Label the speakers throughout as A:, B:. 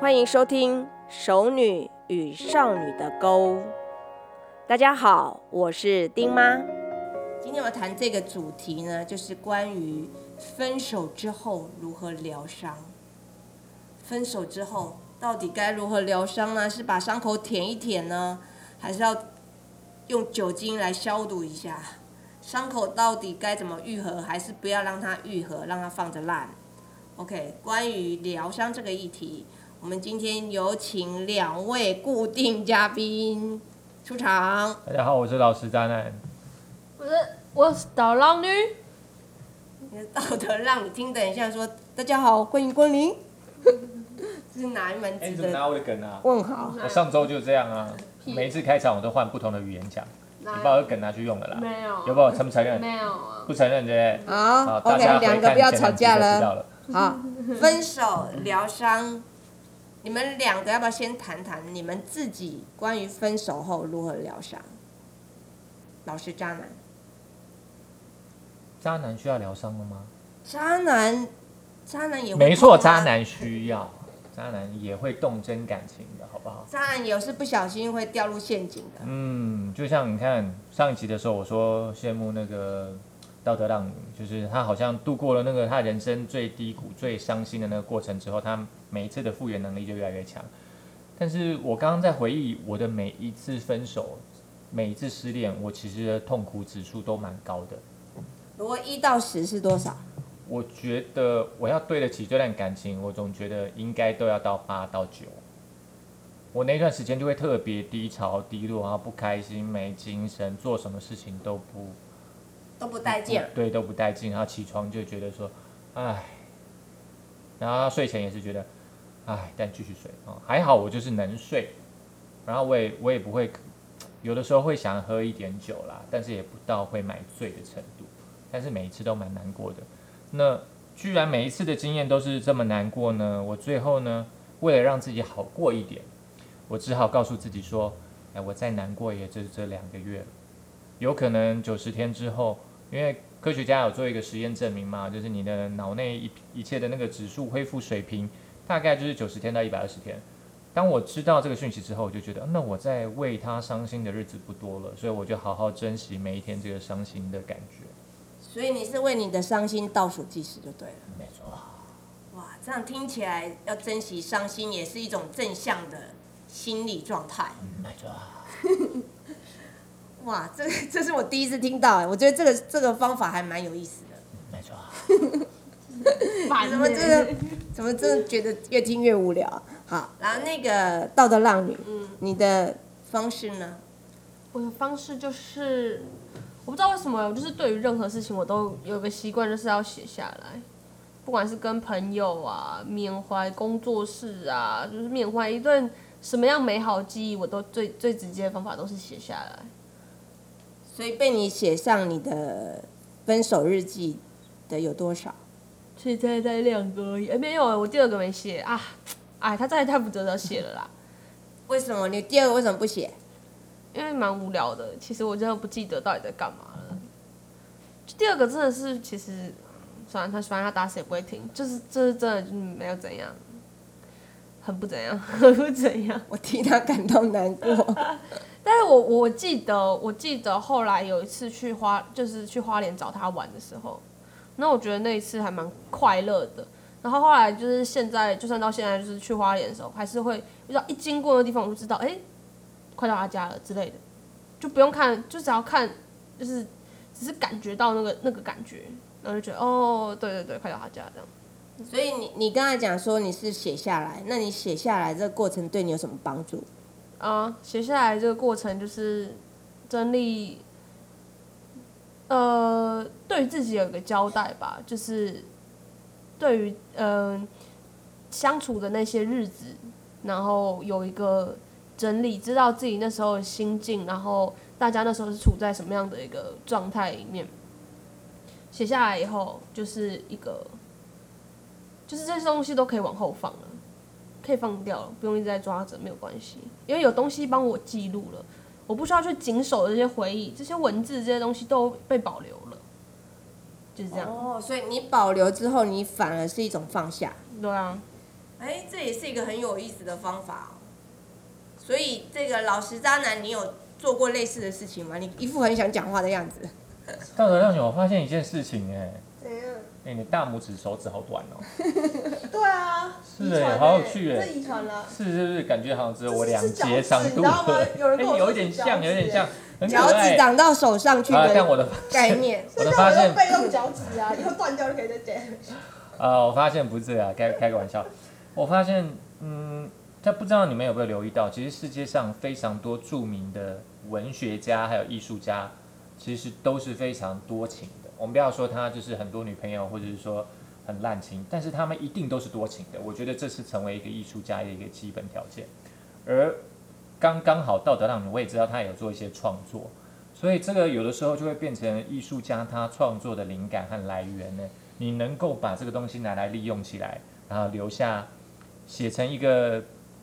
A: 欢迎收听《熟女与少女的沟》。大家好，我是丁妈。
B: 今天我要谈这个主题呢，就是关于分手之后如何疗伤。分手之后到底该如何疗伤呢？是把伤口舔一舔呢，还是要用酒精来消毒一下？伤口到底该怎么愈合，还是不要让它愈合，让它放着烂？OK，关于疗伤这个议题，我们今天有请两位固定嘉宾出场。
C: 大家好，我是老实渣男。
D: 我是我是导浪女，
B: 你的道德让你听等一下说，大家好，欢迎光临。 这是哪一门
C: 哎、
B: 子
C: 你怎么
B: 的
C: 拿我的梗啊？
B: 问号？
C: 我上周就这样啊，每一次开场我都换不同的语言讲，你
D: 哪有
C: 把我的梗拿去用了啦。
D: 没有
C: 啊有没有承不承认？
D: 没有啊，
C: 不承认对不对？
B: 好
C: 大
B: 哦，OK，
C: 家
B: 两
C: 回
B: 个
C: 看
B: 不要
C: 前
B: 吵
C: 两集
B: 架
C: 就知道
B: 了。
C: 了。
B: 好，分手疗伤，你们两个要不要先谈谈你们自己关于分手后如何疗伤？老实渣男，
C: 渣男需要疗伤了吗？
B: 渣男，渣男也会
C: 没
B: 痛
C: 错，
B: 啊
C: 渣，男需要，渣男也会动真感情的，好不好？
B: 渣男有是不小心会掉入陷阱的。
C: 嗯，就像你看上一集的时候，我说羡慕那个道德浪女，就是她好像度过了那个她人生最低谷、最伤心的那个过程之后，她每一次的复原能力就越来越强。但是我刚刚在回忆我的每一次分手、每一次失恋，我其实的痛苦指数都蛮高的。
B: 如果一到十是多少？
C: 我觉得我要对得起这段感情，我总觉得应该都要到八到九。我那段时间就会特别低潮、低落，然后不开心、没精神，做什么事情都不
B: 都不待见。
C: 对，都不带劲。然后起床就觉得说，唉，然后睡前也是觉得，唉，但继续睡啊、哦还好我就是能睡，然后我也我也不会，有的时候会想喝一点酒啦，但是也不到会买醉的程度，但是每一次都蛮难过的。那居然每一次的经验都是这么难过呢？我最后呢，为了让自己好过一点，我只好告诉自己说，哎，我再难过也就是这两个月了，有可能九十天之后，因为科学家有做一个实验证明嘛，就是你的脑内一一切的那个指数恢复水平，大概就是九十天到一百二十天。当我知道这个讯息之后，我就觉得，那我在为他伤心的日子不多了，所以我就好好珍惜每一天这个伤心的感觉。
B: 所以你是为你的伤心倒数计时就对了。
C: 没错，啊
B: 哇，这样听起来要珍惜伤心也是一种正向的心理状态。
C: 没错。啊
B: 哇，这个这是我第一次听到哎，我觉得这个这个方法还蛮有意思 的。
C: 没错，啊
D: 烦
B: 怎么
D: 欸
B: 真的怎么真的觉得越听越无聊啊？好，然后那个嗯道德浪女，你的方式呢？
D: 我的方式就是，我不知道为什么，我就是对于任何事情我都有个习惯，就是要写下来，不管是跟朋友啊、缅怀工作室啊，就是缅怀一段什么样美好的记忆，我都最最直接的方法都是写下来。
B: 所以被你写上你的分手日记的有多少？
D: 现在才两个而已，哎、没有、我第二个没写啊，哎，他这也太不值得写了啦。
B: 为什么你第二个为什么不写？
D: 因为蛮无聊的。其实我真的不记得到底在干嘛了。第二个真的是，其实嗯算了，他反正他打死也不会听，就是这、就是真的就是没有怎样，很不怎样， 很不怎样。
B: 我替他感到难过。
D: 但是我我记得，我记得后来有一次去花，就是去花莲找他玩的时候，那我觉得那一次还蛮快乐的。然后后来就是现在，就算到现在，就是去花莲的时候，还是会遇到一经过的地方，我就知道，哎，快到他家了之类的，就不用看，就只要看，就是只是感觉到那个那个感觉，然后就觉得，哦，对对对，快到他家这样。
B: 所以你你刚才讲说你是写下来，那你写下来这个过程对你有什么帮助？
D: 啊，写下来这个过程就是整理，呃，对于自己有一个交代吧，就是对于嗯、呃、相处的那些日子，然后有一个整理，知道自己那时候的心境，然后大家那时候是处在什么样的一个状态里面。写下来以后，就是一个，就是这些东西都可以往后放了。可以放掉了，不用一直在抓着，没有关系，因为有东西帮我记录了，我不需要去谨守这些回忆，这些文字这些东西都被保留了，就是这样。
B: 哦，所以你保留之后，你反而是一种放下。
D: 对啊，
B: 哎，这也是一个很有意思的方法、哦。所以这个老实渣男，你有做过类似的事情吗？你一副很想讲话的样子。
C: 大头亮姐，我发现一件事情、哎，
E: 怎样？
C: 哎、你大拇指手指好短哦、
E: 对啊，
C: 是
E: 遗传
C: 哎
E: 欸
C: 好有趣欸
E: 这遗传了。
C: 是是不是？感觉好像只有我
E: 这
C: 两
E: 是
C: 节
E: 脚
C: 长
E: 趾
C: 度
E: 你知道吗
C: 了，
E: 有人跟我
C: 有
E: 说
C: 一点
E: 是脚
C: 像，有一点
E: 趾
C: 像，很可
B: 脚趾
C: 爱。
B: 长到手上去
C: 啊，但
B: 的
C: 我的
B: 概念，
C: 我
E: 这
C: 的
E: 叫
C: 发
E: 做
D: 嗯
C: 现
E: 备用脚趾啊，以后断掉就可以再剪。
C: 呃，我发现不是这样，开开个玩笑。我发现，嗯，但不知道你们有没有留意到，其实世界上非常多著名的文学家还有艺术家，其实都是非常多情的。我们不要说他就是很多女朋友，或者是说很滥情，但是他们一定都是多情的。我觉得这是成为一个艺术家的一个基本条件。而刚刚好道德浪女，我也知道他有做一些创作，所以这个有的时候就会变成艺术家他创作的灵感和来源呢。你能够把这个东西拿来利用起来，然后留下写成一个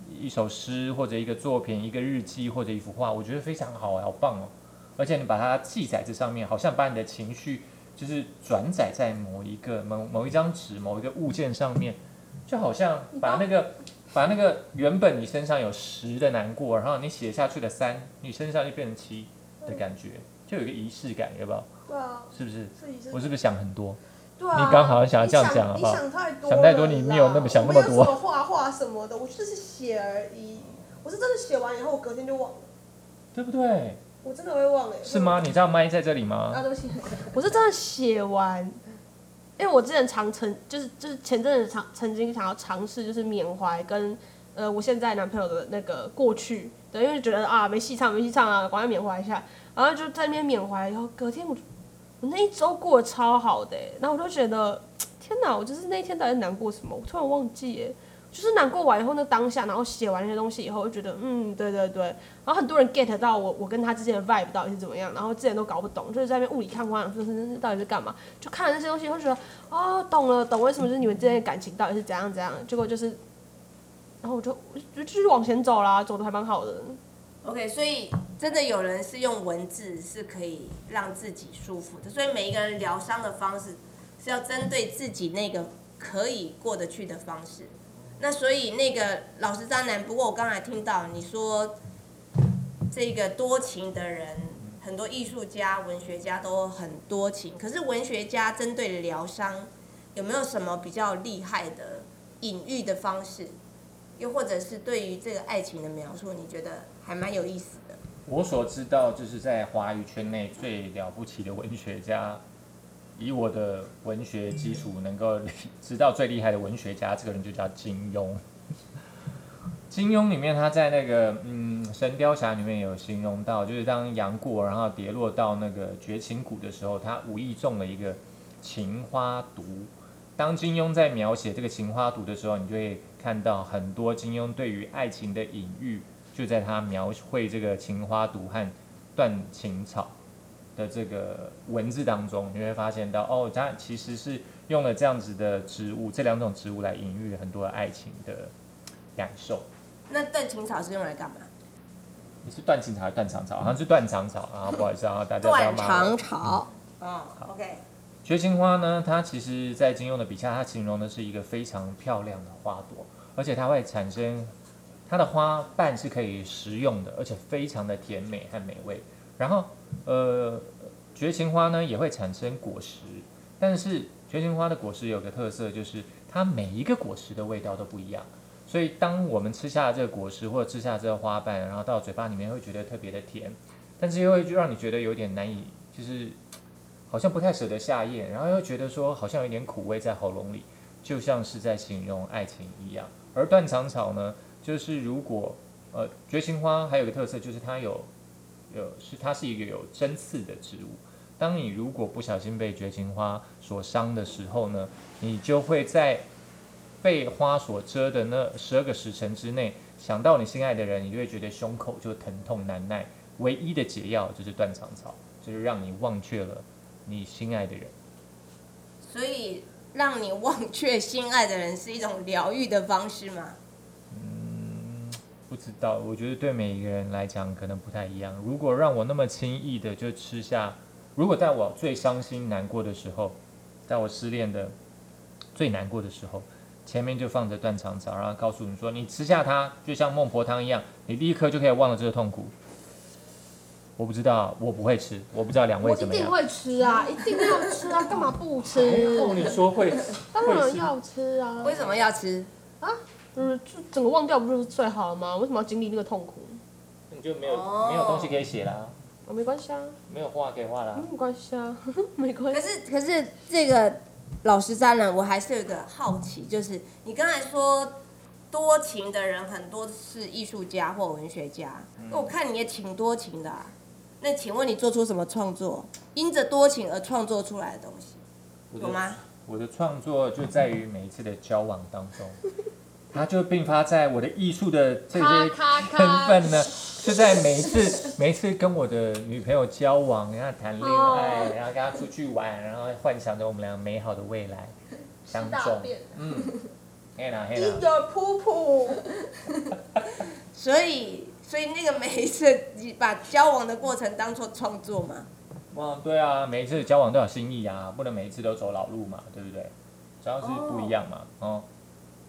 C: 一首诗或者一个作品、一个日记或者一幅画，我觉得非常好，好棒哦！而且你把它记载这上面，好像把你的情绪就是转载在某一个某某一张纸、某一个物件上面，就好像把那个把那个原本你身上有十的难过，然后你写下去的三，你身上就变成七的感觉，就有一个仪式感，有没有？
E: 对啊，
C: 是不是？
E: 是遗传
C: 我。是不是想很多？
E: 对啊，
C: 你刚好想要这样讲好不好
E: 你想太多，
C: 想太多你没有那么想那么
E: 我
C: 多
E: 没有什么画画什么的，我就是写而已。我是真的写完以后，我隔天就忘了，
C: 对不对？
E: 我真的会忘哎、欸。
C: 是？吗？你知道麦在这里吗
E: 啊，？对不起。
D: 我是真的写完，因为我之前常曾就是就是前阵子常曾经想要尝试就是缅怀跟呃我现在男朋友的那个过去，对，因为觉得啊没戏唱没戏唱啊，赶快缅怀一下，然后就在那边缅怀，然后隔天我就我那一周过得超好的、欸，然后我就觉得天哪，我就是那一天到底难过什么，我突然忘记耶、就是难过完以后，那当下，然后写完那些东西以后，我就觉得，嗯，对对对，然后很多人 get 到我我跟他之间的 vibe 到底是怎么样，然后之前都搞不懂，就是在那边雾里看花，说是到底是干嘛？就看了那些东西，会觉得哦，懂了，懂为什么就是你们之间的感情到底是怎样怎样。结果就是，然后我就我就继续往前走啦，走的还蛮好的。
B: OK，所以真的有人是用文字是可以让自己舒服的，所以每一个人疗伤的方式是要针对自己那个可以过得去的方式。那所以那个老实渣男，不过我刚才听到你说，这个多情的人，很多艺术家、文学家都很多情，可是文学家针对疗伤有没有什么比较厉害的隐喻的方式？又或者是对于这个爱情的描述，你觉得还蛮有意思的。
C: 我所知道，就是在华语圈内最了不起的文学家，以我的文学基础能够知道最厉害的文学家，这个人就叫金庸。 金庸里面，他在那个嗯《神雕侠》里面有形容到，就是当杨过然后跌落到那个绝情谷的时候，他无意中了一个情花毒。当金庸在描写这个情花毒的时候，你就会看到很多金庸对于爱情的隐喻，就在他描绘这个情花毒和断情草的这个文字当中，你会发现到哦，它其实是用了这样子的植物，这两种植物来隐喻很多爱情的感受。
B: 那断情草是用来干嘛？
C: 你是断情草还是断肠草？好像是断肠草啊，不好意思啊，大家不要
B: 断
C: 骂我。
B: 肠草。哦，OK，
C: 绝情花呢，它其实在金庸的笔下，它形容的是一个非常漂亮的花朵，而且它会产生它的花瓣是可以食用的，而且非常的甜美和美味。然后，呃，绝情花呢也会产生果实，但是绝情花的果实有个特色，就是它每一个果实的味道都不一样。所以，当我们吃下这个果实或者吃下这个花瓣，然后到嘴巴里面会觉得特别的甜，但是又会让你觉得有点难以，就是好像不太舍得下咽，然后又觉得说好像有点苦味在喉咙里，就像是在形容爱情一样。而断肠草呢，就是如果呃绝情花还有个特色就是它有有是它是一个有针刺的植物。当你如果不小心被绝情花所伤的时候呢，你就会在被花所遮的那十二个时辰之内，想到你心爱的人，你就会觉得胸口就疼痛难耐。唯一的解药就是断肠草，就是让你忘却了你心爱的人。
B: 所以让你忘却心爱的人是一种疗愈的方式吗？
C: 不知道，我觉得对每一个人来讲可能不太一样。如果让我那么轻易的就吃下，如果在我最伤心难过的时候，在我失恋的最难过的时候，前面就放着断肠草，然后告诉你说，你吃下它就像孟婆汤一样，你立刻就可以忘了这个痛苦。我不知道，我不会吃，我不知道两
D: 我
C: 位
D: 一
C: 怎么
D: 定
C: 样。
D: 会吃啊，一定要吃啊，干嘛不
C: 哦，
D: 吃？
C: 你说会，
D: 当然要吃啊，
B: 为什么要吃？
D: 嗯，就整个忘掉不就是最好了吗？为什么要经历那个痛苦？
C: 你就没有
B: 哦
C: 没有东西可以写啦，
D: 啊，没关系啊，
C: 没有话可以画啦。
D: 没关系啊， 没关
B: 可
D: 系。
B: 是可是这个老实当然，我还是有一个好奇，就是你刚才说多情的人很多是艺术家或文学家，嗯那我看你也挺多情的、啊。那请问你做出什么创作？因着多情而创作出来的东西，
C: 我
B: 有
C: 的
B: 吗？
C: 我的创作就在于每一次的交往当中，它就并发在我的艺术的这
D: 咔
C: 些
D: 咔
C: 身
D: 咔！
C: 份呢，就在每一次每一次跟我的女朋友交往，跟她谈恋爱，然后跟她出去玩，然后幻想着我们俩美好的未来当中，嗯，黑啦黑啦
E: 你，的噗噗，
B: 所以所以那个每一次你把交往的过程当做创作嘛？
C: 嗯，对啊，每一次交往都有新意啊，不能每一次都走老路嘛，对不对？主要是不一样嘛，哦，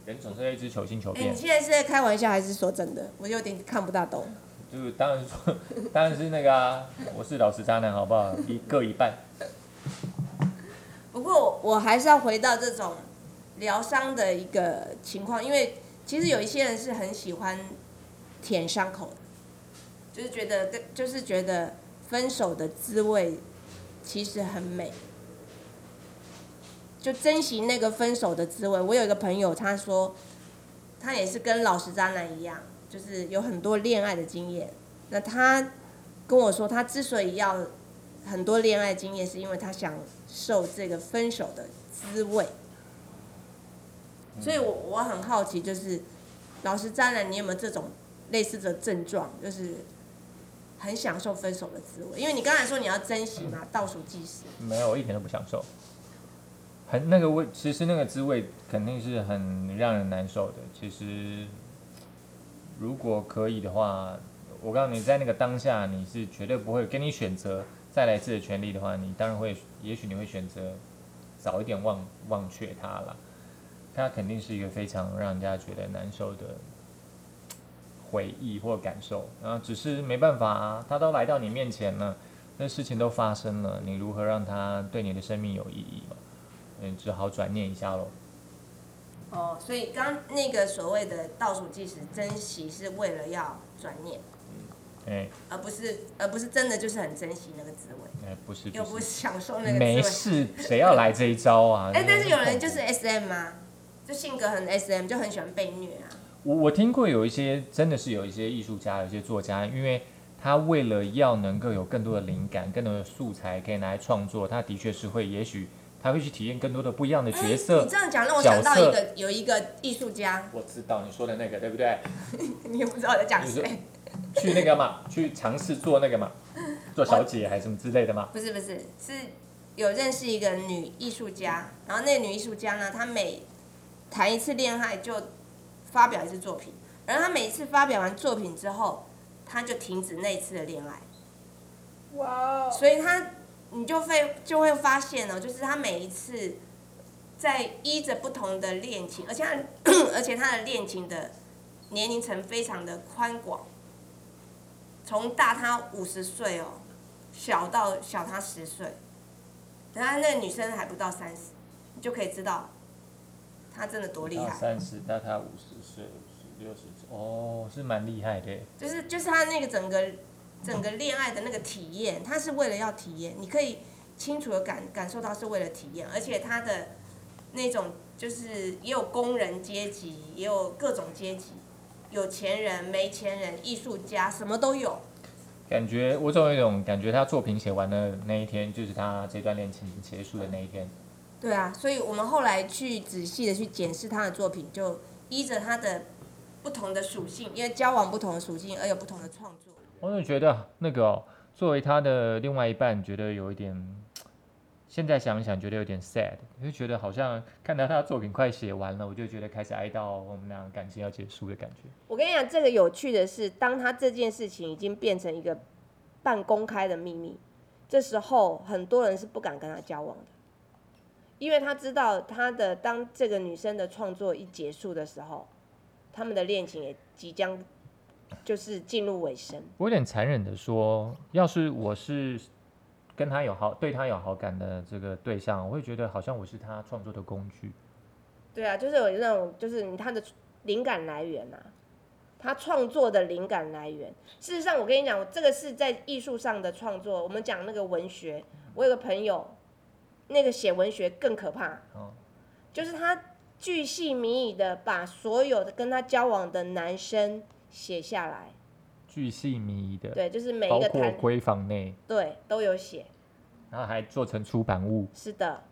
C: 人总是会一直求新求
B: 哎、
C: 变
B: 你，现在是在开玩笑还是说真的？我有点看不大懂。
C: 就是当然说， 当然是那个啊，我是老实渣男，好不好？一各一半，
B: 不过我还是要回到这种疗伤的一个情况，因为其实有一些人是很喜欢舔伤口的，就是觉得跟就是觉得分手的滋味其实很美，就珍惜那个分手的滋味。我有一个朋友，他说他也是跟老实渣男一样，就是有很多恋爱的经验。那他跟我说，他之所以要很多恋爱经验，是因为他享受这个分手的滋味。所以我，我很好奇，就是老师渣男，你有没有这种类似的症状？就是很享受分手的滋味，因为你刚才说你要珍惜嘛，倒数计时。
C: 没有，我一点都不享受。很那个味，其实那个滋味肯定是很让人难受的。其实，如果可以的话，我告诉你，在那个当下，你是绝对不会给你选择再来一次的权利的话，你当然会，也许你会选择早一点忘忘却它了。它肯定是一个非常让人家觉得难受的回忆或感受。然后只是没办法啊，它都来到你面前了。那事情都发生了，你如何让它对你的生命有意义嘛？嗯，只好转念一下喽。
B: 哦，所以刚那个所谓的倒数计时，珍惜是为了要转念，
C: 哎、
B: 而不是而不是真的就是很珍惜那个滋味，
C: 哎、不是
B: 又不
C: 不
B: 是
C: 是，
B: 享受那个滋味。
C: 没事，谁要来这一招啊？
B: 哎、
C: 那个
B: 但是有人就是
C: 痛
B: S M 啊，就性格很 S M，就很喜欢被虐啊。
C: 苦我，我听过有一些真的是有一些艺术家、有一些作家，因为他为了要能够有更多的灵感、更多的素材可以拿来创作，他的确是会，也许他会去体验更多的不一样的角色。
B: 哎你这样讲让我想到
C: 角色
B: 一个有一个艺术家，
C: 我知道你说的那个，对不对？
B: 你也不知道我在讲谁，
C: 去那个嘛，去尝试做那个嘛，做小姐还是什么之类的嘛。
B: 不是不是，是有认识一个女艺术家，然后那个女艺术家呢，她每谈一次恋爱就发表一次作品，然后她每一次发表完作品之后，她就停止那一次的恋爱。
E: 哇哦！
B: 所以他你就会就会发现哦，就是他每一次在依着不同的恋情，而且他 而且他的恋情的年龄层非常的宽广，从大他五十岁哦，小到小他十岁，等他那个女生还不到三十，你就可以知道他真的多厉害。
C: 三十，那他五十岁、五十六十，哦，是蛮厉害的耶。
B: 就是就是他那个整个整个恋爱的那个体验，他是为了要体验，你可以清楚的感感受到是为了体验，而且他的那种就是也有工人阶级，也有各种阶级，有钱人、没钱人、艺术家，什么都有。
C: 感觉我总有一种感觉，他作品写完的那一天，就是他这段恋情结束的那一天。
B: 对啊，所以我们后来去仔细的去检视他的作品，就依着他的不同的属性，因为交往不同的属性而有不同的创作。
C: 我总觉得那个、哦、作为他的另外一半，觉得有一点，现在想一想觉得有点 sad，就觉得好像看到他的作品快写完了，我就觉得开始哀悼我们俩感情要结束的感觉。
B: 我跟你讲，这个有趣的是，当他这件事情已经变成一个半公开的秘密，这时候很多人是不敢跟他交往的，因为他知道他的当这个女生的创作一结束的时候，他们的恋情也即将就是进入尾声。
C: 我有点残忍的说，要是我是跟他有好对他有好感的这个对象，我会觉得好像我是他创作的工具。
B: 对啊，就是有那种，就是你他的灵感来源啊，他创作的灵感来源。事实上，我跟你讲，我这个是在艺术上的创作。我们讲那个文学，我有个朋友，那个写文学更可怕，
C: 哦
B: 就是他巨细靡遗的把所有的跟他交往的男生写下来，
C: 巨细靡遗的，
B: 对，就是每一
C: 包
B: 个
C: 括
B: 谈
C: 闺房内，
B: 对都有写，
C: 然后还做成出版物。
B: 是的。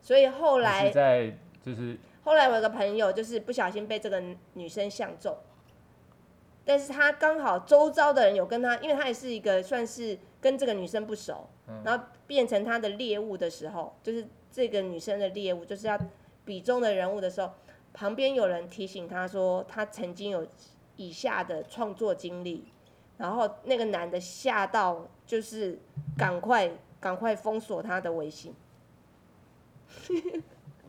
B: 所以后
C: 我是
B: 来，
C: 在就是
B: 后来我有个朋友就是不小心被这个女生相中，但是他刚好周遭的人有跟他，因为他也是一个算是跟这个女生不熟，然后变成他的猎物的时候，就是这个女生的猎物，就是要比中的人物的时候，旁边有人提醒他说他曾经有以下的创作经历，然后那个男的吓到，就是赶快赶快封锁他的微信。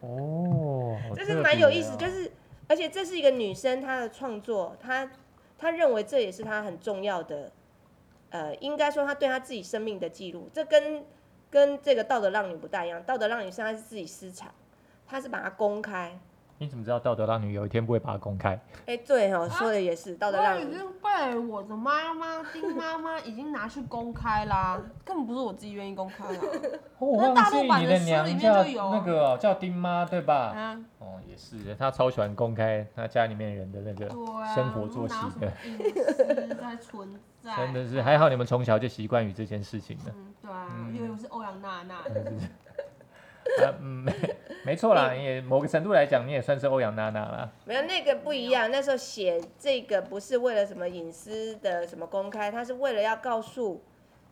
C: 哦，好
B: 这
C: 特
B: 是蛮有
C: 别
B: 意思，
C: 哦
B: 就是而且这是一个女生她的创作，她她认为这也是她很重要的，呃，应该说她对她自己生命的记录。这跟跟这个道德浪女不大一样，道德浪女是她是自己私藏，她是把它公开。
C: 你怎么知道道德浪女有一天不会把它公开？
B: 哎，对哦，说的也是，道德
D: 我
B: 浪
D: 已
B: 女。
D: 经被我的妈妈、丁妈妈已经拿去公开啦， 根本不是我自己愿意公开的。
C: 哦我
D: 那
C: 忘
D: 大
C: 记
D: 陆版
C: 你
D: 的
C: 的
D: 书里
C: 娘
D: 面
C: 叫
D: 就有
C: 那个哦叫丁妈对吧？
D: 啊，
C: 哦，也是，她超喜欢公开她家里面人的那个
D: 对啊，
C: 生活作息
D: 哪有什
C: 的
D: 么，隐私在存在？
C: 真的是还好你们从小就习惯于这件事情 的。
D: 嗯，对啊，因为我是欧阳娜娜，
C: 呃，嗯， 没没错啦，你也某个程度来讲，你也算是欧阳娜娜 啦。
B: 没有那个不一样，那时候写这个不是为了什么隐私的什么公开，他是为了要告诉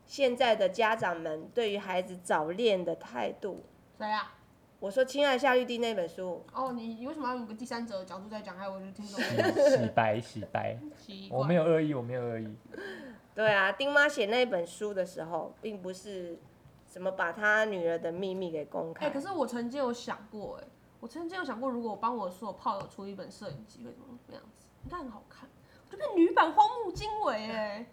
B: 现在的家长们对于孩子早恋的态度。
D: 谁啊？
B: 我说《亲爱夏绿蒂》那本书，
D: 哦，你你为什么要用个第三者的角度在讲？还有我就听懂 了，
C: 洗白，洗白，
D: 奇怪。
C: 我没有恶意，我没有恶意。
B: 对啊，丁妈写那本书的时候，并不是什么把她女儿的秘密给公
D: 哎、
B: 开。
D: 可是我曾经有想过、哎，我曾经有想过，如果我帮我所有炮友出一本摄影集，会怎么怎么样子？应该很好看，我就变女版荒木经惟，哎，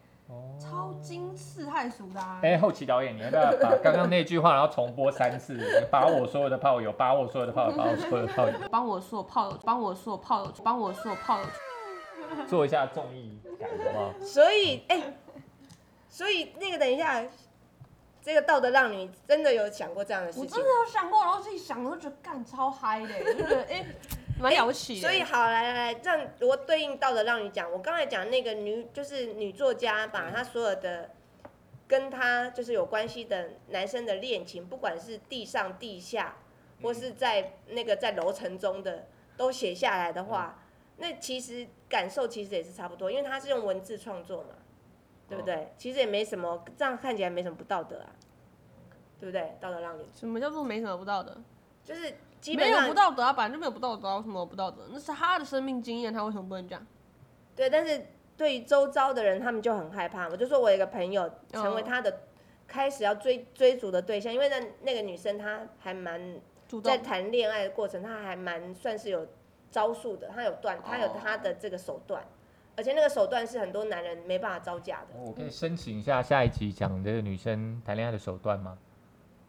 D: 超惊世骇俗的、啊。
C: 哦哎、后期导演，你要不要把刚刚那句话，然后重播三次？把我所有的炮友，把我所有的炮友，把我所有的炮友，
D: 帮我所有炮友，帮我所有炮友，帮我所有炮友。
C: 做一下综艺感，好 不好？
B: 所以，哎、所以那个等一下，这个道德让你真的有想过这样的事
D: 我
B: 情
D: 真的。有想过，然后自己想，我就觉得干超嗨 的、哎哎就觉得哎，蛮、了不起的。
B: 所以好，来来来，让我对应道德让你讲。我刚才讲那个女，就是女作家把她所有的跟她就是有关系的男生的恋情，不管是地上地下，
D: 嗯
B: 或是在那个在楼层中的，都写下来的话，
D: 嗯
B: 那其实感受其实也是差不多，因为她是用文字创作嘛，对
D: 哦
B: 不对？其实也没什么，这样看起来没什么不道德啊，对不对？道德让你
D: 什么叫做没什么不道德？
B: 就是基
D: 没
B: 本
D: 有
B: 上
D: 不道德啊，本来就没有不道德啊，有什么不道德？那是他的生命经验，他为什么不能讲？
B: 对，但是对于周遭的人，他们就很害怕。我就说我有一个朋友成为他的、开始要追追逐的对象，因为那那个女生她还蛮
D: 主动
B: 在谈恋爱的过程，她还蛮算是有招数的，她有段，她有她的这个手段。而且那个手段是很多男人没办法招架的
C: 我可以申请一下下一集讲这个女生谈恋爱的手段吗？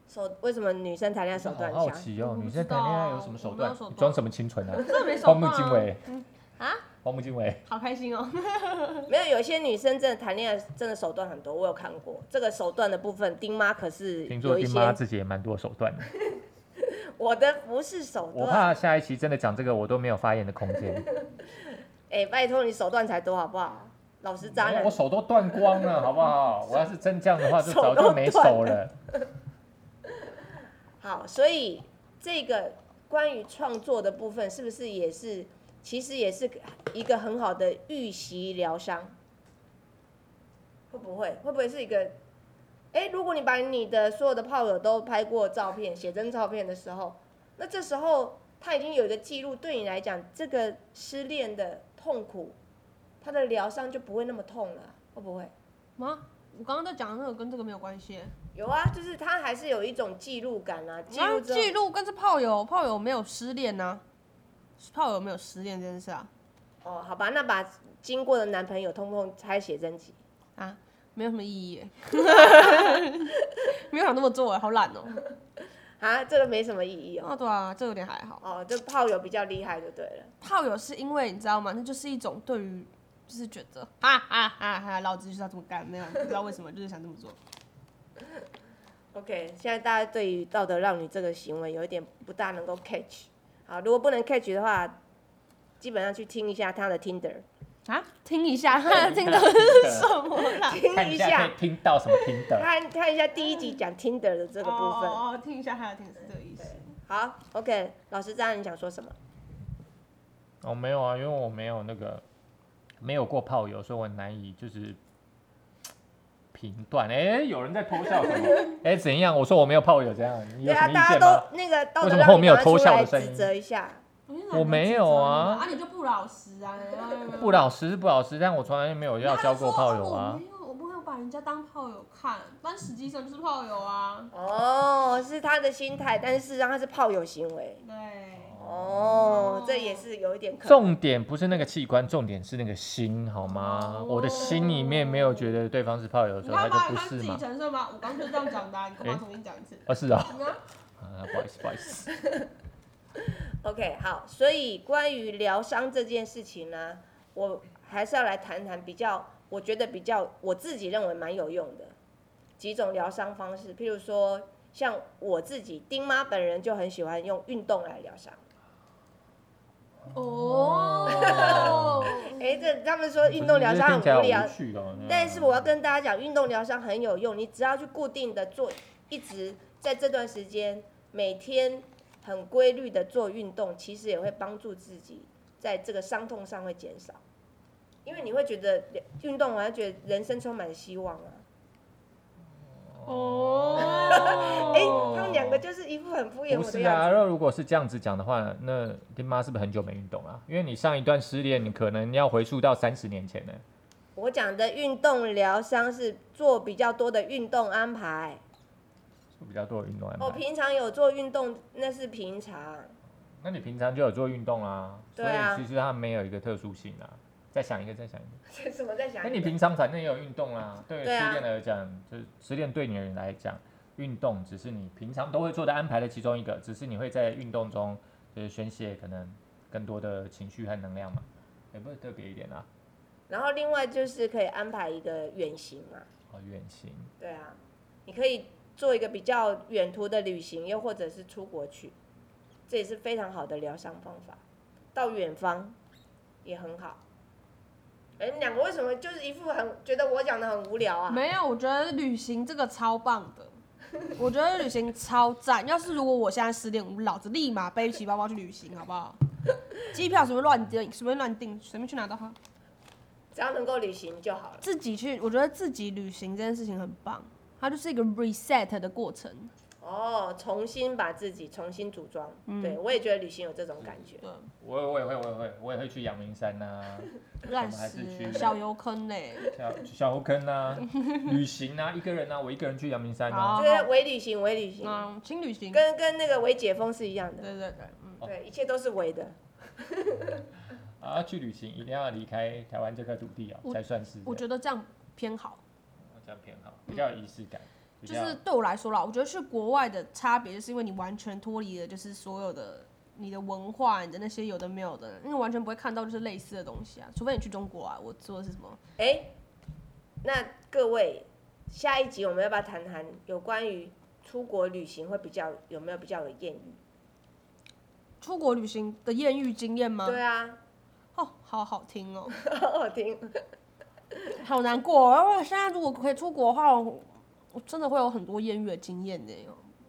B: 手，为什么女生谈恋爱手段
C: 好
B: 强
C: 好？奇哦
D: 我，不
C: 女
D: 知
C: 生谈恋爱有
D: 道啊
C: 什么
D: 我
C: 手
D: 没有
C: 段
D: 手？段
C: 你装什么清纯啊？
D: 这没手
C: 荒
D: 段、
C: 木
D: 啊。
C: 经惟，
D: 啊，
C: 荒木经惟，
D: 好开心 哦！
B: 没有，有些女生真的谈恋爱真的手段很多，我有看过这个手段的部分。丁妈可是
C: 听说
B: 有一
C: 丁妈
B: 些，
C: 自己也蛮多手 段的。
B: 我的不是手
C: 我
B: 段，
C: 怕下一期真的讲这个，我都没有发言的空间。
B: 哎、拜托你手段才多好不好？老实 渣男
C: 我，手都断光了，好 不好？我要是真这样的话，就
B: 手
C: 早
B: 都
C: 就没
B: 断
C: 手
B: 了
C: 了。
B: 好，所以这个关于创作的部分，是不是也是其实也是一个很好的预习疗伤？会不会会不会是一个？哎、如果你把你的所有的炮友都拍过照片、写真照片的时候，那这时候他已经有一个记录，对你来讲，这个失恋的痛苦，他的疗伤就不会那么痛了，会不会？
D: 妈，我刚刚在讲的那个跟这个没有关系耶。
B: 有啊，就是他还是有一种记录感啊，记
D: 啊
B: 录之后
D: 记录跟这炮友，炮友没有失恋呐、炮友没有失恋这件事啊
B: 哦，好吧，那把经过的男朋友通通拆写真集，
D: 啊，没有什么意义 耶，没有想那么做耶，好懒哦、
B: 啊，这个没什么意义哦。
D: 啊，对啊，这有点还好。
B: 哦，这炮友比较厉害就对了。
D: 炮友是因为你知道吗？那就是一种对于，就是觉得哈哈哈哈，老子就是要这么干，没有不知道为什么，就是想这么做。
B: OK，现在大家对于道德让女这个行为有一点不大能够 catch。好，如果不能 catch 的话，基本上去听一下他的 Tinder，
D: 啊，听一下， 听到是什么啦？
C: 看
B: 听
C: 一
B: 一
C: 下
B: 下
C: 可，以听到什么听的。
B: 看看一下第一集讲 Tinder 的这
D: 这
B: 个部分。
D: 哦，哦听一下，还有听是这个意思。
B: 好，OK，老师，这样你想说什么？
C: 哦，没有啊，因为我没有那个没有过炮友，所以我很难以就是评断。哎、有人在偷笑什么？哎、怎样？我说我没有炮友，怎样？
B: 对
C: 你有什
B: 啊，
C: 么
B: 大家
C: 意见吗？
B: 都那个道
C: 为
B: 德
C: 什么后
B: 让女
C: 面有
B: 赶快
C: 偷
B: 出
C: 笑
B: 来
C: 的声
B: 指
C: 音
B: 责一下。
C: 我没有啊
D: 啊，你就不老实啊！
C: 不老实是不老实，但我从来没有要交过炮友啊
D: 我。没哦有，我没有把人家当炮友看，但实际上就是炮友啊。
B: 哦，是他的心态，但是事实上他是炮友行为。
D: 对，
B: 哦，这也是有一点可能。
C: 重点不是那个器官，重点是那个心，好吗？我的心里面没有觉得对方是炮友的
D: 哦你
C: 时候，他就
D: 看吧，你
C: 不
D: 看
C: 是
D: 自己
C: 嘛。
D: 承认吗？我刚刚就这样讲的啊，你干嘛
C: 哎
D: 重新讲一次？
C: 啊，是啊，
D: 你看
C: 啊，不好意思，不好意思。
B: OK，好，所以关于疗伤这件事情呢，我还是要来谈谈比较，我觉得比较我自己认为蛮有用的几种疗伤方式，譬如说像我自己丁妈本人就很喜欢用运动来疗伤。
D: 哦，
B: 哎，这他们说运动疗伤
C: 听起来
B: 很无
C: 好
B: 聊
C: 无，趣哦。
B: 但是我要跟大家讲，运动疗伤很有用，你只要去固定的做，一直在这段时间每天很规律的做运动，其实也会帮助自己在这个伤痛上会减少，因为你会觉得运动完觉得人生充满希望啊。
D: 哦，
B: 哎、他们两个就是一副很敷衍
C: 不
B: 我的
C: 是啊，
B: 样子。
C: 那如果是这样子讲的话，那丁妈是不是很久没运动啊？因为你上一段失恋，你可能要回溯到三十年前呢。
B: 我讲的运动疗伤是做比较多的运动安排，
C: 是比较多的运动安
B: 我哦
C: 排。
B: 平常有做运动那是平常。
C: 那你平常就有做运动啊，所
B: 对啊
C: 以其实它没有一个特殊性啊。再想一个，再想一个。
B: 这是我在想一个。
C: 那哎你平常反正也有运动啦，对于
B: 对啊
C: 失恋来讲，就是失恋对你来讲，运动只是你平常都会做的安排的其中一个，只是你会在运动中就是宣泄可能更多的情绪和能量嘛，也不是特别一点啦，啊
B: 然后另外就是可以安排一个远行嘛，
C: 哦，远行，
B: 对啊，你可以做一个比较远途的旅行，又或者是出国去，这也是非常好的疗伤方法。到远方也很好。哎，你们两个为什么就是一副很觉得我讲的很无聊啊？
D: 没有，我觉得旅行这个超棒的。我觉得旅行超赞，要是如果我现在失恋，我老子立马背起包包去旅行，好不好？机票随便乱订，随便乱订，随便去哪都好。
B: 只要能够旅行就好了。
D: 自己去，我觉得自己旅行这件事情很棒，它就是一个 reset 的过程。
B: 哦，重新把自己重新组装。
D: 嗯
B: 对我也觉得旅行有这种感觉。
D: 对，
C: 我我也会我也会我也会去阳明山呐、
D: 乱
C: 还是
D: 石
C: 去
D: 小油坑嘞，
C: 小小猴坑呐、旅行啊，一个人啊，我一个人去阳明山啊
D: 好，
B: 就是伪旅行，伪旅行，
D: 嗯，轻旅行，对
B: 跟跟那个伪解封是一样的。
D: 对对，嗯，
B: 对，一切都是伪的。
C: 啊，去旅行一定要离开台湾这块土地啊、
D: 我
C: 才算是，
D: 我觉得这样偏好。
C: 这样偏好，比较有仪式感，比
D: 就
C: 较
D: 是对我来说啦，我觉得去国外的差别，就是因为你完全脱离了，就是所有的你的文化，你的那些有的没有的，因为完全不会看到就是类似的东西啊。除非你去中国啊，我说的是什么？
B: 哎、那各位，下一集我们要不要谈谈有关于出国旅行会比较有没有比较有艳遇？
D: 出国旅行的艳遇经验吗？
B: 对啊，
D: 哦，好好听哦，
B: 好好听。
D: 好难过、哦。我现在如果可以出国的话，我我真的会有很多艳遇的经验的。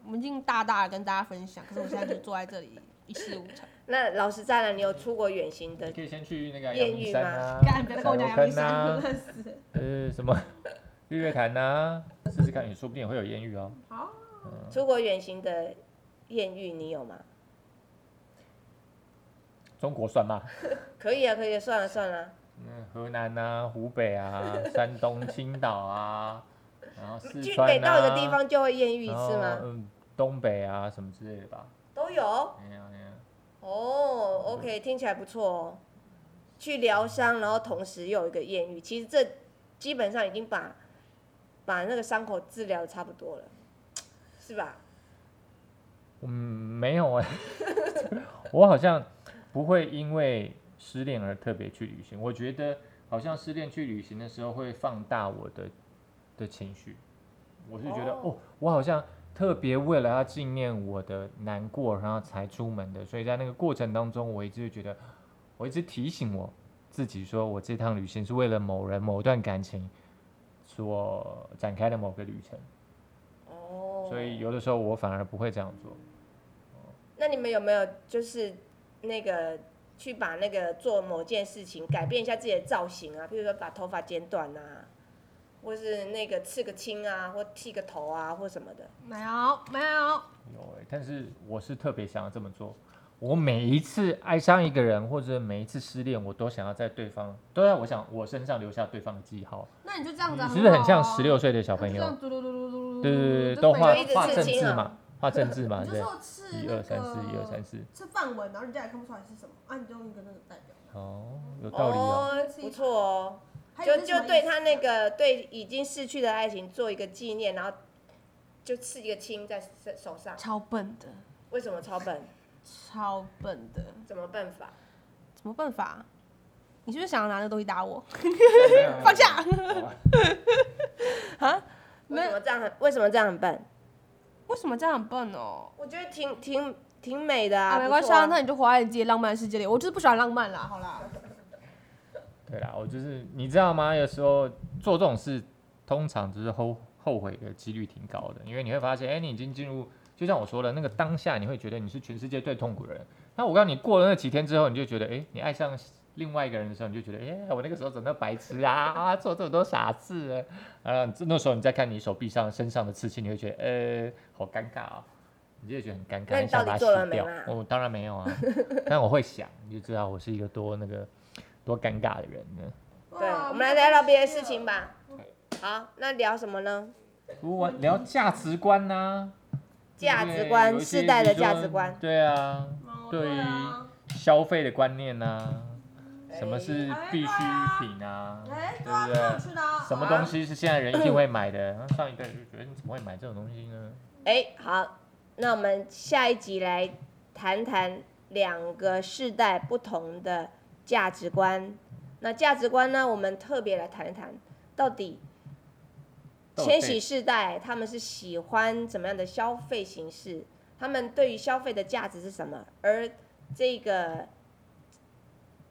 D: 我一定大大的跟大家分享，可是我现在就坐在这里一事无成。
B: 那老师再来，你有出国远行的
C: 你？可以先去那个阳
B: 艳
C: 明
B: 遇
C: 山
B: 吗
C: 啊，
D: 干，不要再跟我讲
C: 小
D: 阳
C: 油
D: 明山，我
C: 坑啊，
D: 烂死了。
C: 呃，什么日月潭呐、啊，试试看，也说不定也会有艳遇哦。
D: 好，
B: 出国远行的艳遇你有吗？
C: 中国算吗？
B: 可以啊，可以啊，算了算了。
C: 嗯，河南啊，湖北啊，山东、青岛啊，啊、然后四
B: 去
C: 川啊，
B: 每到一个地方就会艳遇一
C: 然后
B: 次吗？
C: 嗯，东北啊什么之类的吧。
B: 都有
C: 哎呀哎呀，
B: 哦，OK，听起
C: 嗯
B: 来不错哦。去疗伤，然后同时又有一个艳遇，其实这基本上已经把把那个伤口治疗得差不多了，是吧？
C: 嗯，没有哎、 我好像不会因为失恋而特别去旅行。我觉得好像失恋去旅行的时候会放大我的的情绪。我是觉得哦
B: 哦
C: 我好像特别为了要纪念我的难过，然后才出门的。所以在那个过程当中，我一直觉得，我一直提醒我自己说，我这趟旅行是为了某人、某段感情所展开的某个旅程。
B: 哦，
C: 所以有的时候我反而不会这样做。
B: 那你们有没有就是那个去把那个做某件事情改变一下自己的造型啊？比如说把头发剪短啊，或是那个刺个青啊，或剃个头啊，或什么的。
D: 没有没有，
C: 有哎、但是我是特别想要这么做。我每一次爱上一个人，或者每一次失恋，我都想要在对方，都在我想我身上留下对方的记号。
D: 那你就这样子、
C: 嗯你
D: 啊，
C: 是不是很像
D: 好啊
C: 十六岁的小朋
D: 就 这
C: 友
D: 样？嘟嘟嘟嘟嘟嘟，
C: 对对对，
D: 就
C: 都
D: 每
C: 画
D: 个
B: 一直
C: 画
B: 刺
C: 政
B: 青
C: 治
B: 啊
C: 嘛，画政治 嘛，
A: 你
C: 对
A: 就
C: 不对？
A: 说刺
C: 一
A: 那
C: 二
A: 个
C: 三四，一二三四，
A: 刺范文，然后人家也看不出来是什么，啊，你就用一个那个代表。
C: 哦，有道理哦。
B: 不错哦。
A: 还有
B: 就
A: 那什
B: 就
A: 么
B: 对
A: 意思
B: 他那个对已经逝去的爱情做一个纪念，然后就刺一个青在手手上。
D: 超笨的，
B: 为什么超笨？
D: 超笨的，
B: 怎么办法？
D: 什么办法啊、你是不是想要拿那个东西打我？
C: 放下。
B: 为什么这样很？为什么这样很笨？
D: 为什么这样很笨哦？
B: 我觉得挺挺挺美的啊，
D: 啊，没关系
B: 不错
D: 啊，那你就活在你自己浪漫的世界里。我就是不喜欢浪漫啦，好啦。
C: 对啦，我就是你知道吗？有时候做这种事，通常就是后后悔的几率挺高的，因为你会发现，哎、你已经进入，就像我说的那个当下，你会觉得你是全世界最痛苦的人。那我告诉你，过了那几天之后，你就觉得，哎、你爱上另外一个人的时候，你就觉得，哎、我那个时候怎么那么白痴啊啊，做这么多傻事啊！啊，这那时候你再看你手臂上、身上的刺青，你会觉得，呃，好尴尬啊、你就会觉得很尴尬，
B: 那你
C: 很
B: 到
C: 想
B: 底
C: 把它
B: 做了
C: 洗
B: 没
C: 掉
B: 啦。
C: 我、当然没有啊，但我会想，你就知道我是一个多那个多尴尬的人呢。
B: 对，我们来聊聊别的事情吧。好，那聊什么呢？
C: 不玩聊价值观呐、
B: 价值
C: 对不对
B: 观
C: 有一些
B: 世代的
C: 比如说
B: 价值观
C: 对啊，对于消费的观念呐、什么是必需品啊，
A: 哎，
C: 对
A: 对
C: 不对
A: 啊，蛮有趣的
B: 哦
A: 啊。
C: 什么东西是现在人一定会买的？然后上一代就觉得你怎么会买这种东西呢？
B: 哎，好，那我们下一集来谈谈两个世代不同的价值观。那价值观呢，我们特别来谈一谈，到底
C: 到底
B: 千禧世代他们是喜欢怎么样的消费形式？他们对于消费的价值是什么？而这个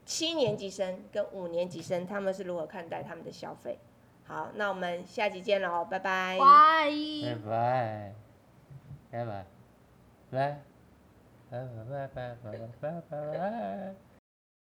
B: 七年级生跟五年级生他们是如何看待他们的消费？好，那我们下集见喽，拜拜。
D: 拜。
C: 拜拜，拜拜，来，拜拜拜拜拜拜拜拜。